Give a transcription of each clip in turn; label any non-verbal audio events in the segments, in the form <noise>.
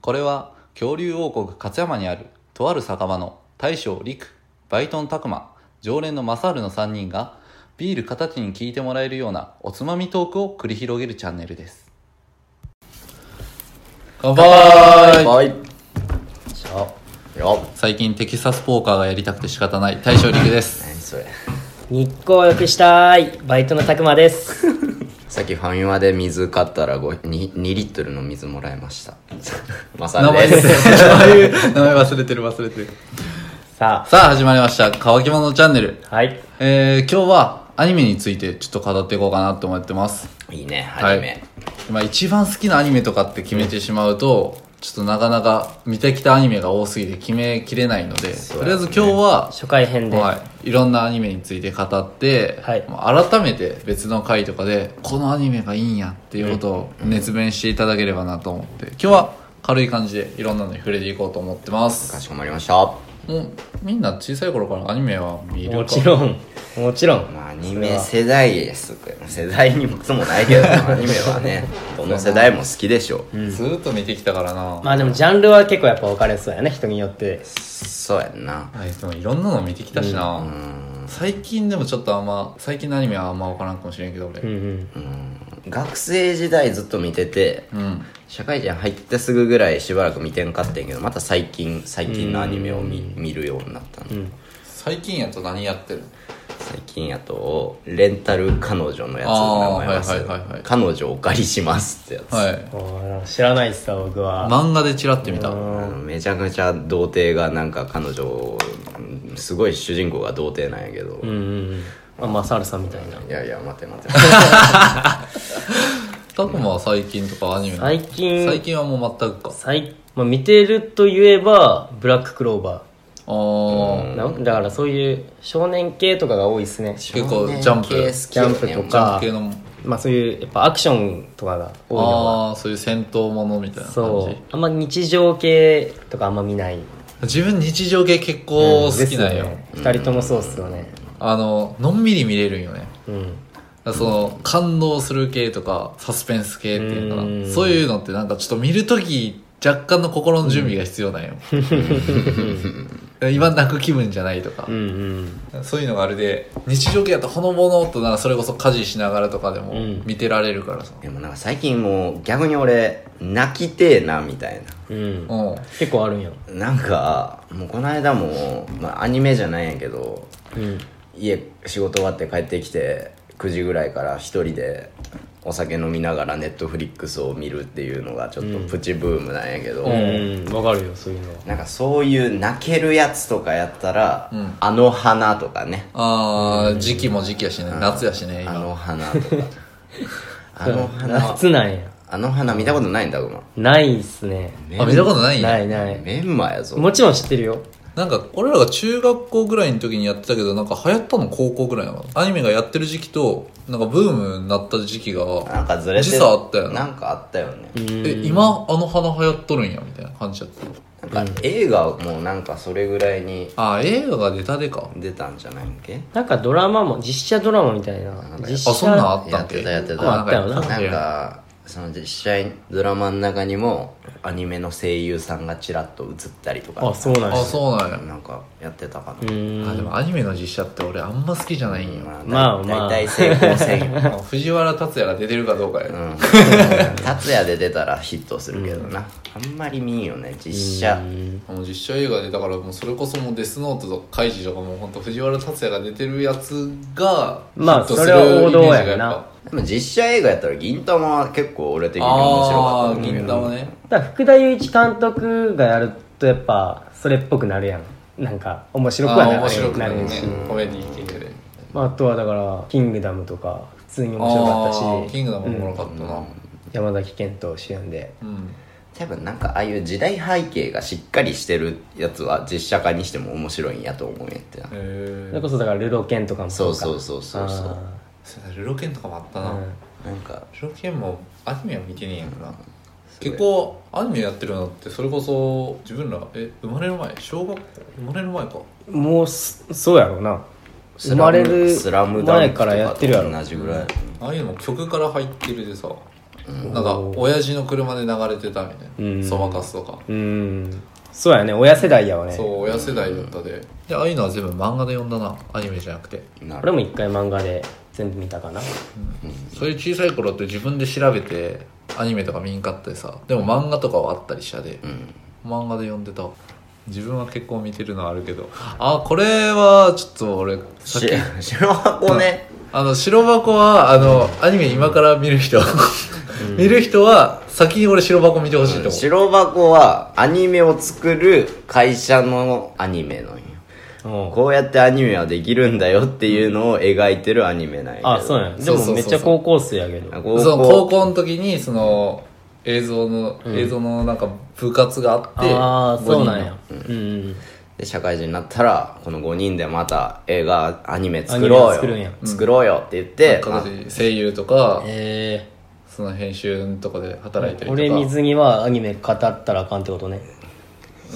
これは恐竜王国勝山にあるとある酒場の大将陸バイトン拓磨常連のマサールの3人がビール片手に聞いてもらえるようなおつまみトークを繰り広げるチャンネルです乾杯はい。しょ。よ。最近テキサスポーカーがやりたくて仕方ない大将陸です何それ。日光を良くしたいバイトのたくまです <laughs> さっきファミマで水買ったらごに 2, リットルの水もらいました。 <laughs> <laughs> ま名さ前忘でれてるす。名前忘れてる忘れてるささあ始まりました乾き物チャンネルあはいえー、今日はアニメについてちょっと語っていこうかなと思ってますいいね、アニはいメ。まあ、一番好きなアニメとかって決めてしまうと、ちょっとなかなか見てきたアニメが多すぎて決めきれないので、うとだねりあえず今日は、初回編で、はい、いろんなアニメについて語って、はいまあ改めて別の回とかでこのアニメがいいんやっていうことを熱弁していただければなと思って今日は軽い感じでいろんなのに触れていこうと思ってまかすしこまりました。もうみんな小さい頃からアニメは見るかもちろんもちろんまあ、アニメ世代です。世代にもくそもない <laughs> けど、アニメはね、どの世代も好きでしょう。ずーっと見てきたからな、まあでもジャンルは結構やっぱ分かれそうやね人によってそうやんな。はい、でもいろんなの見てきたしな、うん。最近でもちょっとあんま最近のアニメはあんま分からんかもしれんけど俺うんうん学生時代ずっと見てて、うん社会人入ってすぐぐらいしばらく見てんかってんけどまた最近最近のアニメを見見るようになったの、最近やと何やってる最近やとレンタル彼女のやつあーの名前忘れたはいはいはいはい彼女をお借りしますってやつ、はいおーなんか知らないしさ僕は、漫画でチラって見たあはのめちゃくちゃ童貞がなんか彼女をうんすごい主人公が童貞なんやけど、うんうんうんあマサールさんみたいないやいや待 <laughs> て待てたくまは最近とかアニメ最近最近はもう全くか最まあ、見てると言えばブラッククローバあーー、なだからそういう少年系とかが多いですね結構ジャンプ系ジ好きよねジャンプとかャンプ系のまあそういうやっぱアクションとかが多いのがああーそういう戦闘ものみたいなそ感うあんま日常系とかあんま見ないじ自分日常系結構好きなんよ、ですね、2人ともそうっすよねあののんびり見れるんよねうんだからその感動する系とかサスペンス系っていうのかうんなそういうのってなんかちょっと見るとき若干の心の準備が必要なんよ、今泣く気分じゃないとかうん、うんそういうのがあれで日常系だとほのぼのとなそれこそ家事しながらとかでもうん見てられるからさ、でもなんか最近もう逆に俺泣きてえなみたいなうんうん結構あるんやなんかもうこの間も、まあ、アニメじゃないんやけどうん家仕事終わって帰ってきて9時ぐらいから一人でお酒飲みながらネットフリックスを見るっていうのがちょっとプチブームなんやけど、うんわかるよそういうのはなんかそういう泣けるやつとかやったら「うんあの花」とかねあー時期も時期やしね夏やし「ね今あの花」とか「あの花」夏なんやあの花見たことないんだごまないっすねメンあ見たことないんやないないメンマやぞもちろん知ってるよなんか俺らが中学校ぐらいの時にやってたけどなんか流行ったの高校ぐらいなのアニメがやってる時期となんかブームになった時期がなんかずれて時差あったよななんかあったよねえ今あの花流行っとるんやみたいな感じだったなんか映画もなんかそれぐらいにあ映画が出たでか出たんじゃないんけなんかドラマも実写ドラマみたいな実写あそんなんあったやっっけてたやってあたあったよななんかなんかその実写ドラマの中にもアニメの声優さんがちらっと映ったりとかあそうなんやあそうなんやなんかやってたかな、うーんあでもアニメの実写って俺あんま好きじゃないんよまあまあ大体成功せ <laughs> んよまあ藤原竜也が出てるかどうかやうなん達也で出たらヒットするけどな、あんまり見んよね実写もう実写映画でだからもうそれこそもうデスノートとかカイジとかもう本当藤原竜也が出てるやつがまあヒットするそれは王道やイなメージがっぱでも実写映画やったら銀玉は結構俺的に面白かあっあたんだけ銀ど玉ねだから福田雄一監督がやるとやっぱそれっぽくなるやんなんか面白あくはなあ面白くななるるねし、コメディー系でまあ、あとはだから「キングダム」とか普通に面白かあったあしキングダムもおもろかったな山崎賢人主演でうん多分なんかああいう時代背景がしっかりしてるやつは実写化にしても面白いんやと思うんやってなへそえれこそだからルロケンとかもそうかそうそうそうそうあそうだルロケンとかもあったーなうんなんかルロケンもアニメは見てねえんやから結構アニメやってるのってそれこそ自分らえ生まれる前小学校生まれる前かもうそそうやろうなスラ生ムまれるスラムダンク前からやってるやとろかと同じぐらいああいうのも曲から入ってるでさなんか親父の車で流れてたみたいうんなそばかすとかうんそうやね親世代やわねそう親世代だったででああいうのは全部漫画で読んだなアニメじゃなくてな俺も一回漫画で全部見たかなそういう小さい頃って自分で調べてアニメとか見んかってさでも漫画とかはあったりしたで、ん漫画で読んでたわ自分は結構見てるのはあるけどあこれはちょっと俺さっし <laughs> き白箱ねあの白箱はあのアニメ今から見る人見る人は先に俺白箱見てほしいと思う、白箱はアニメを作る会社のアニメなんようんこうやってアニメはできるんだよっていうのを描いてるアニメなんやけどあそうやんでそうそうそうそもうめっちゃ高校生やけど高校その高校の時にその映像の、映像のなんか部活があってああ五人そのうなんやうんで社会人になったらこの5人でまた映画アニメ作ろうよアニメ作るんや作ろうよって言って、まあ各自声優とかえその編集とかで働いたえりとか俺水着はアニメ語ったらあかんってことね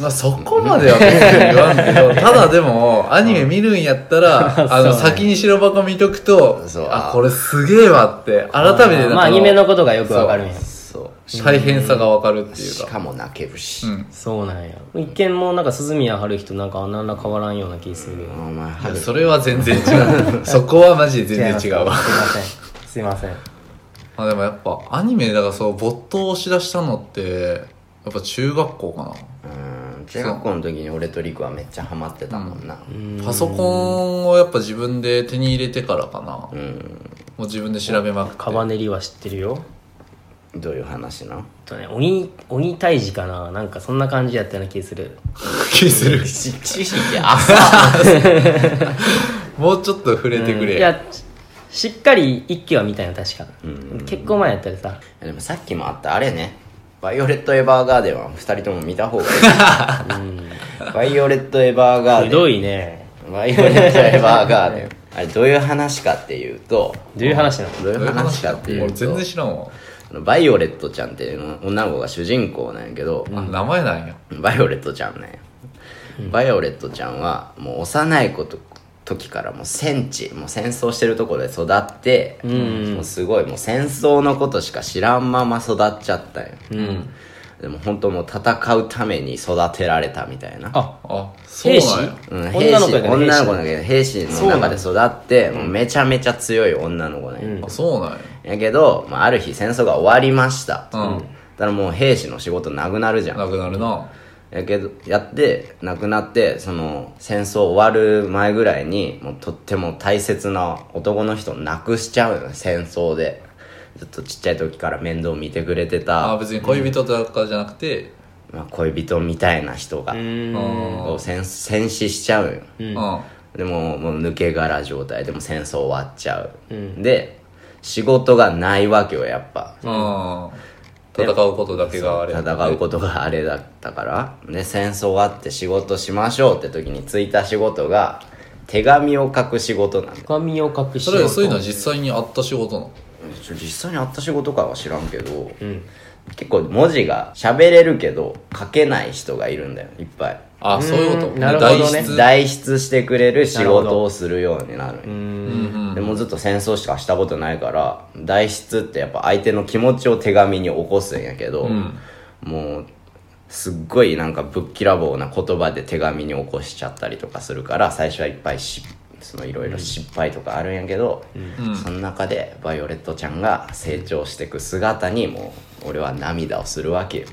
まあ、そこまでは別に言わんけどただでもアニメ見るんやったら、あの <laughs> そうね先に白箱見とくとそうあこれすげえわって改めてなんかまあアニメのことがよくわかるんやそう大変さがわかるっていうしかかも泣けるし、うんそうなんや一見もうなんか鈴宮春人なんか何ら変わらんような気するよお前いやそれは全然違う <laughs> そこはマジで全然違うわすいませんすいませんまあでもやっぱアニメだからそう没頭しだしたのってやっぱ中学校かうん中学校の時に俺とリクはめっちゃハマってたもんななパソコンをやっぱ自分で手に入れてからかな、うん、もう自分で調べまくってカバネリは知ってるよどういう話なえっとね鬼鬼退治かななんかそんな感じやったような気する気する知識 <laughs> 浅もうちょっと触れてくれ、いやしっかり一気は見たよ確か、結構前やったでさでもさっきもあったあれねバイオレット・エヴァーガーデンは2人とも見た方がいいバイオレット・エヴァーガーひデどいねンバイオレット・エヴァーガーデンあれどういう話かっていうとどういう話なのどういう話かってい俺う全と然知らんわ、あのバイオレットちゃんっていうの女の子が主人公なんやけど、あ名前なんやバイオレットちゃんね、バイオレットちゃんはもう幼い子と時からもう戦地もう戦争してるところで育って、もうすごいもう戦争のことしか知らんまま育っちゃったよ、でも本当もう戦うために育てられたみたいなああそう兵士なんやうん、兵士女女のの子子やけど兵士だけど兵士の中で育ってもうめちゃめちゃ強い女の子ね、あそうなんややけど、まあ、ある日戦争が終わりました、うんだからもう兵士の仕事なくなるじゃんなくなるなやけどやって亡くなってその戦争終わる前ぐらいにもうとっても大切な男の人を亡くしちゃうの戦争でずっとちっちゃい時から面倒見てくれてあた、別に恋人とかじゃなくてまあ、恋人みたいな人がうんこう戦戦死しちゃうよ、うん、でももう抜け殻状態でも戦争終わっちゃう、で仕事がないわけよやっぱうん戦うことだけがあれ戦うことがあれだったからで戦争があって仕事しましょうって時に就いた仕事が手紙を書く仕事なんだ髪を隠しそれそういうのは実際にあった仕事なのちょ実際にあった仕事かは知らんけど、結構文字が喋れるけど書けない人がいるんだよいっぱいあそういうことなるほどね代筆代筆してくれる仕事をするようになるでもずっと戦争しかしたことないから代筆ってやっぱ相手の気持ちを手紙に起こすんやけど、もうすっごいなんかぶっきらぼうな言葉で手紙に起こしちゃったりとかするから最初はいっぱいしそのいろいろ失敗とかあるんやけど、その中でバイオレットちゃんが成長していく姿にもう俺は涙をするわけよ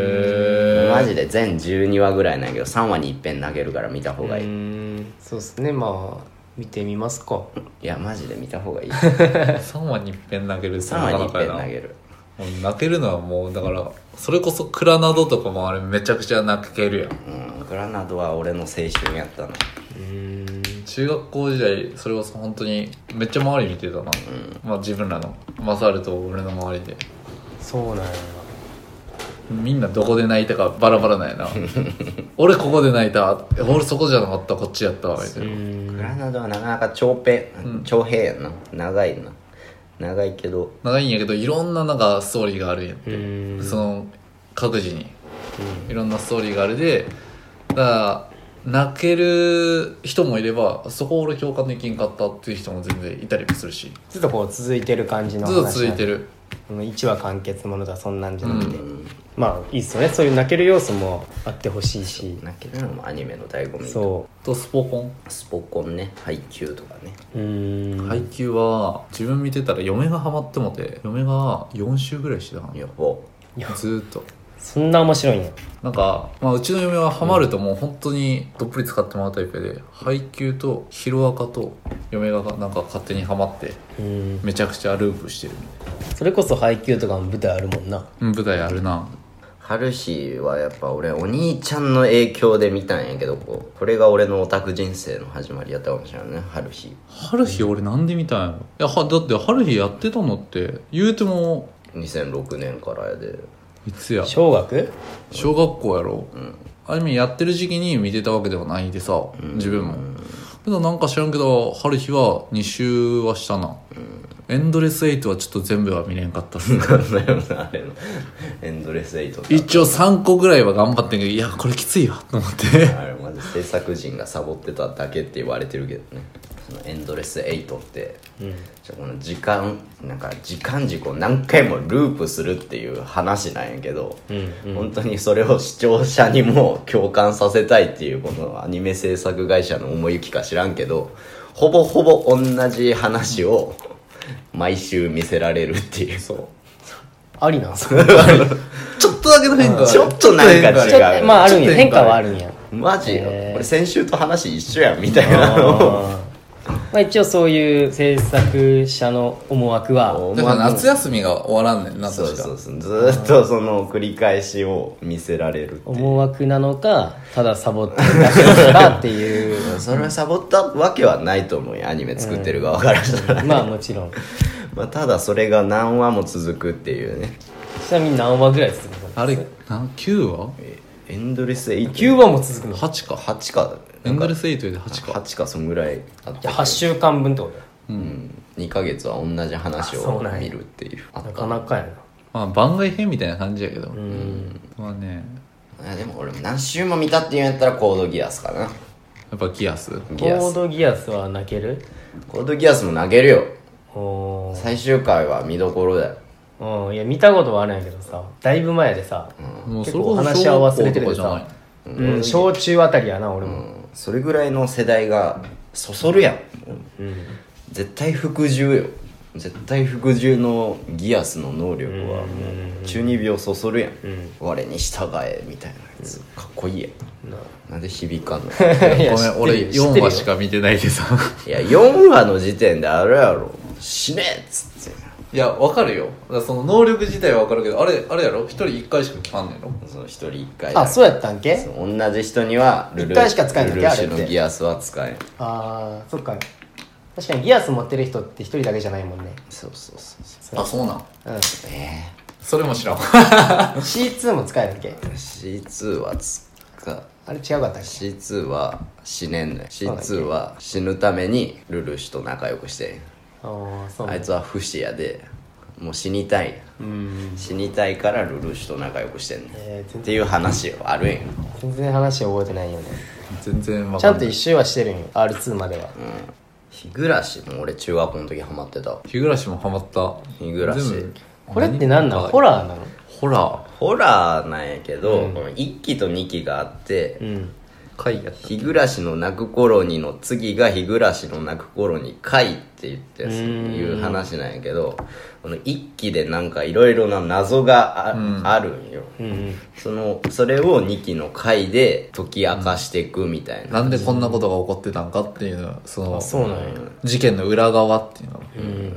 へマジで全12話ぐらいなんやけど3話に一遍投げるから見た方がいい、うんそうっすねまあ見てみますかいやマジで見た方がい <laughs> いえ3話に一遍投げるって3なか話にな一か遍やな投げるもう泣けるのはもうだからそれこそ「蔵など」とかもあれめちゃくちゃ泣けるやんうんグラナドは俺の青春やったな中学校時代それこそ本当にめっちゃ周り見てたな、まあ自分らのマサルと俺の周りでそうなんやみんなどこで泣いたかバラバラなんや <laughs> な俺ここで泣いたえ俺そこじゃなかったこっちやったわみたいなグラナドはなかなか長編、長編やな長いな長いけど長いんやけどいろんななんかストーリーがあるんやってその各自にいろんなストーリーがあるでだから泣ける人もいればそこ俺共感できんかったっていう人も全然いたりもするしずっとこう続いてる感じのずっと続いてるるその1話完結ものだそんなんじゃなくて、うんまあいいっすよねそういう泣ける要素もあってほしいし泣けるのもアニメの醍醐味そとスポコンスポコンね配給とかねううーん配給は自分見てたら嫁がハマってもて嫁が4週ぐらいしてたのやよばずーっとそんな面白いんやなんか、まあ、うちの嫁はハマるともう本当にどっぷり使ってもらうタイプで配給とヒロアカと嫁がなんか勝手にハマってうんめちゃくちゃループしてるみたいそれこそ配給とかも舞台あるもんなうん舞台あるな春氏はやっぱ俺お兄ちゃんの影響で見たんやけどこうこれが俺のオタク人生の始まりやったかもしれないね春氏春日俺なんで見たんやろいやはだって春日やってたのって言うても2006年からやで <laughs> いつや小学小学校やろ、アニメやってる時期に見てたわけではないでさ、自分もけどなんか知らんけど春日は2周はしたな、エンドレスエイトはちょっと全部は見れんかったっすねなんだよなあれのエンドレスエイト <laughs> 一応3個ぐらいは頑張ってんけどいやこれきついわと思ってあれまず制作人がサボってただけって言われてるけどねそのエンドレスエイトって、じゃあこの時間なんか時間軸を何回もループするっていう話なんやけど、本当にそれを視聴者にも共感させたいっていうこのアニメ制作会社の思い行きか知らんけどほぼほぼ同じ話を毎週見せられるっていうそうありなんそれちちょっとだけの変化ちょっとなんか違うょっとまああるちんょっと変化あるや変化はあるんやマジへー俺先週と話一緒やんみたいなのをまあ一応そういう制作者の思惑はだから夏休みが終わらんねんなそう確かそうそうずーっとその繰り返しを見せられるっていう思惑なのかただサボってるだけなのかっていうそれはサボったわけはないと思うよアニメ作ってる側からしたら、まあもちろん <laughs> まあ、ただそれが何話も続くっていうねちなみに何話ぐらい続くのあれな9話えエンドレスエイト9話も続くの ?8 か8かエンドレスエイトで8か8かそんぐらいあった8週間分ってことうん2ヶ月は同じ話あそうをなんや見るっていうあなかなかやなまあ番外編みたいな感じやけどまあねいやでも俺何週も見たっていうんやったらコードギアスかなやっぱギアスギコアースドギアスは泣けるコードギアスも投げるよおー最終回は見どころだようんいや見たことはあるんやけどさだいぶ前でさ、もう結それこ構そ話小は学忘れ校てとるかけじどゃないさうん、小中あたりやな俺も、それぐらいの世代がそそるやん、絶対服従よ絶対服従のギアスの能力はもう中二病そそるやん、我に従えみたいなやつかっこいいやんなんで響かんの <laughs> いいやごめ知ってるんよ俺知ってる4よ話しか見てないでさや4話の時点であれやろ死ねっつって <laughs> いやわかるよだからその能力自体はわかるけどあれあれやろ一人一回しか聞かんねんろその一人一回あそうやったんけそう同じ人にはルル一回しか使えんのルルーシュあれっのてギアスは使えんあーそっか確かにギアス持ってる人って一人だけじゃないもんねそうそうそうそあそうなんうんうえそれも知らん C2 も使えるっけー、C2 は使うあれ違うかったっけ C2 は死ねんねんうだっけ C2 は死ぬためにルルシュと仲良くしてんあーそうあなんいつは不死やでもう死にたいうん死にたいからルルシュと仲良くしてんねんえーっ全ていう話よあるんよ全然話覚えてないよね <laughs> 全然わちゃかんなんとい一周はしてるんよ R2 までは日暮らしも俺中学校の時ハマってたわ日暮らしもハマった日暮らし全部これって何なのホラーなのホラホラーなんやけど、この1期と2期があって、うん回やった日暮らしの泣く頃にの次が日暮らしの泣く頃に会って言ってんいう話なんやけどこの一期でなんかいろいろな謎があ,、るんようんうんそのそれを2期の回で解き明かしていくみたいな、なんでこんなことが起こってたんかっていうのそのそうなんや事件の裏側っていうの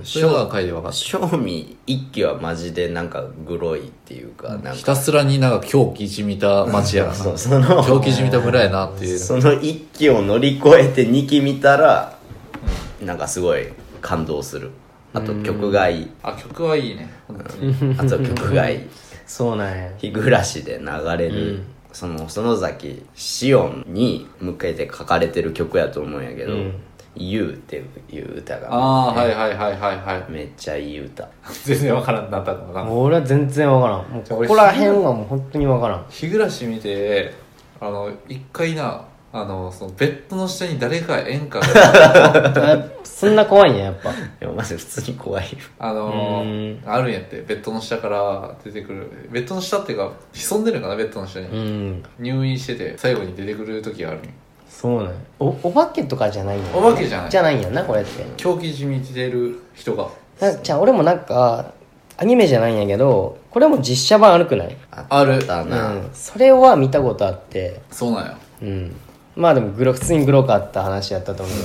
それが回で分かっ正味一期はマジでなんかグロいっていうかなたんひたかすらになんか狂気じみた街 <laughs> やなそうその狂気じみた村やなっていうその一期を乗り越えて2期見たらなんかすごい感動するあと曲がいいあ曲はいいね本当に <laughs> あと曲がいいそうなんや日暮らしで流れる、その園崎紫音に向けて書かれてる曲やと思うんやけど「You、っていう歌がああはいはいはいはいはいめっちゃいい歌 <laughs> 全然分からんなったかな俺は全然わからんもうじゃあこ俺 <laughs> こら辺はもう本当にわからん日暮らし見てあの一回なあのそのベッドの下に誰か演歌があそんな怖いんややっぱでもマジで普通に怖いよあのーあるんやってベッドの下から出てくるベッドの下っていうか潜んでるのかなベッドの下に、うん入院してて最後に出てくる時があるんよそうなんやおお化けとかじゃないんやお化けじゃないじゃないんやなこれって狂気じみてる人がなじゃあ俺もなんかアニメじゃないんやけどこれも実写版あるくない、あるだうな、ん、それは見たことあってそうなんやうんまあでもグロ普通にグロかった話やったと思う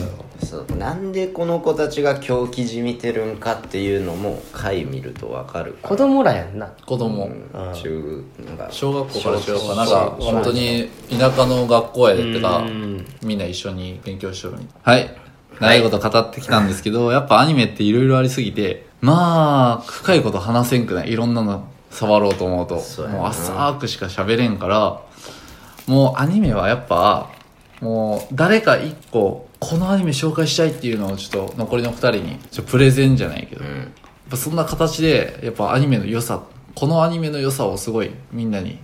けどそうなんでこの子たちが狂気じみてるんかっていうのも回見るとわかるから子供らやんな子供、うん中なんか小学校から中学校なんか本当に田舎の学校やでってかみんな一緒に勉強しようみたいなはい長いこと語ってきたんですけど、やっぱアニメっていろいろありすぎてまあ深いこと話せんくないいろんなの触ろうと思うとそうやなもう浅くしか喋れんからもうアニメはやっぱもう誰か一個このアニメ紹介したいっていうのをちょっと残りの二人にちょっとプレゼンじゃないけど、うんやっぱそんな形でやっぱアニメの良さこのアニメの良さをすごいみんなに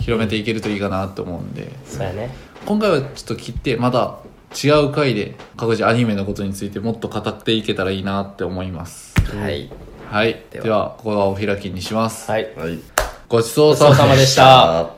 広めていけるといいかなと思うんでそうやね今回はちょっと切ってまた違う回で各自アニメのことについてもっと語っていけたらいいなって思いますはいはいででははここはお開きにします、はいはいごちそうさまでしたあ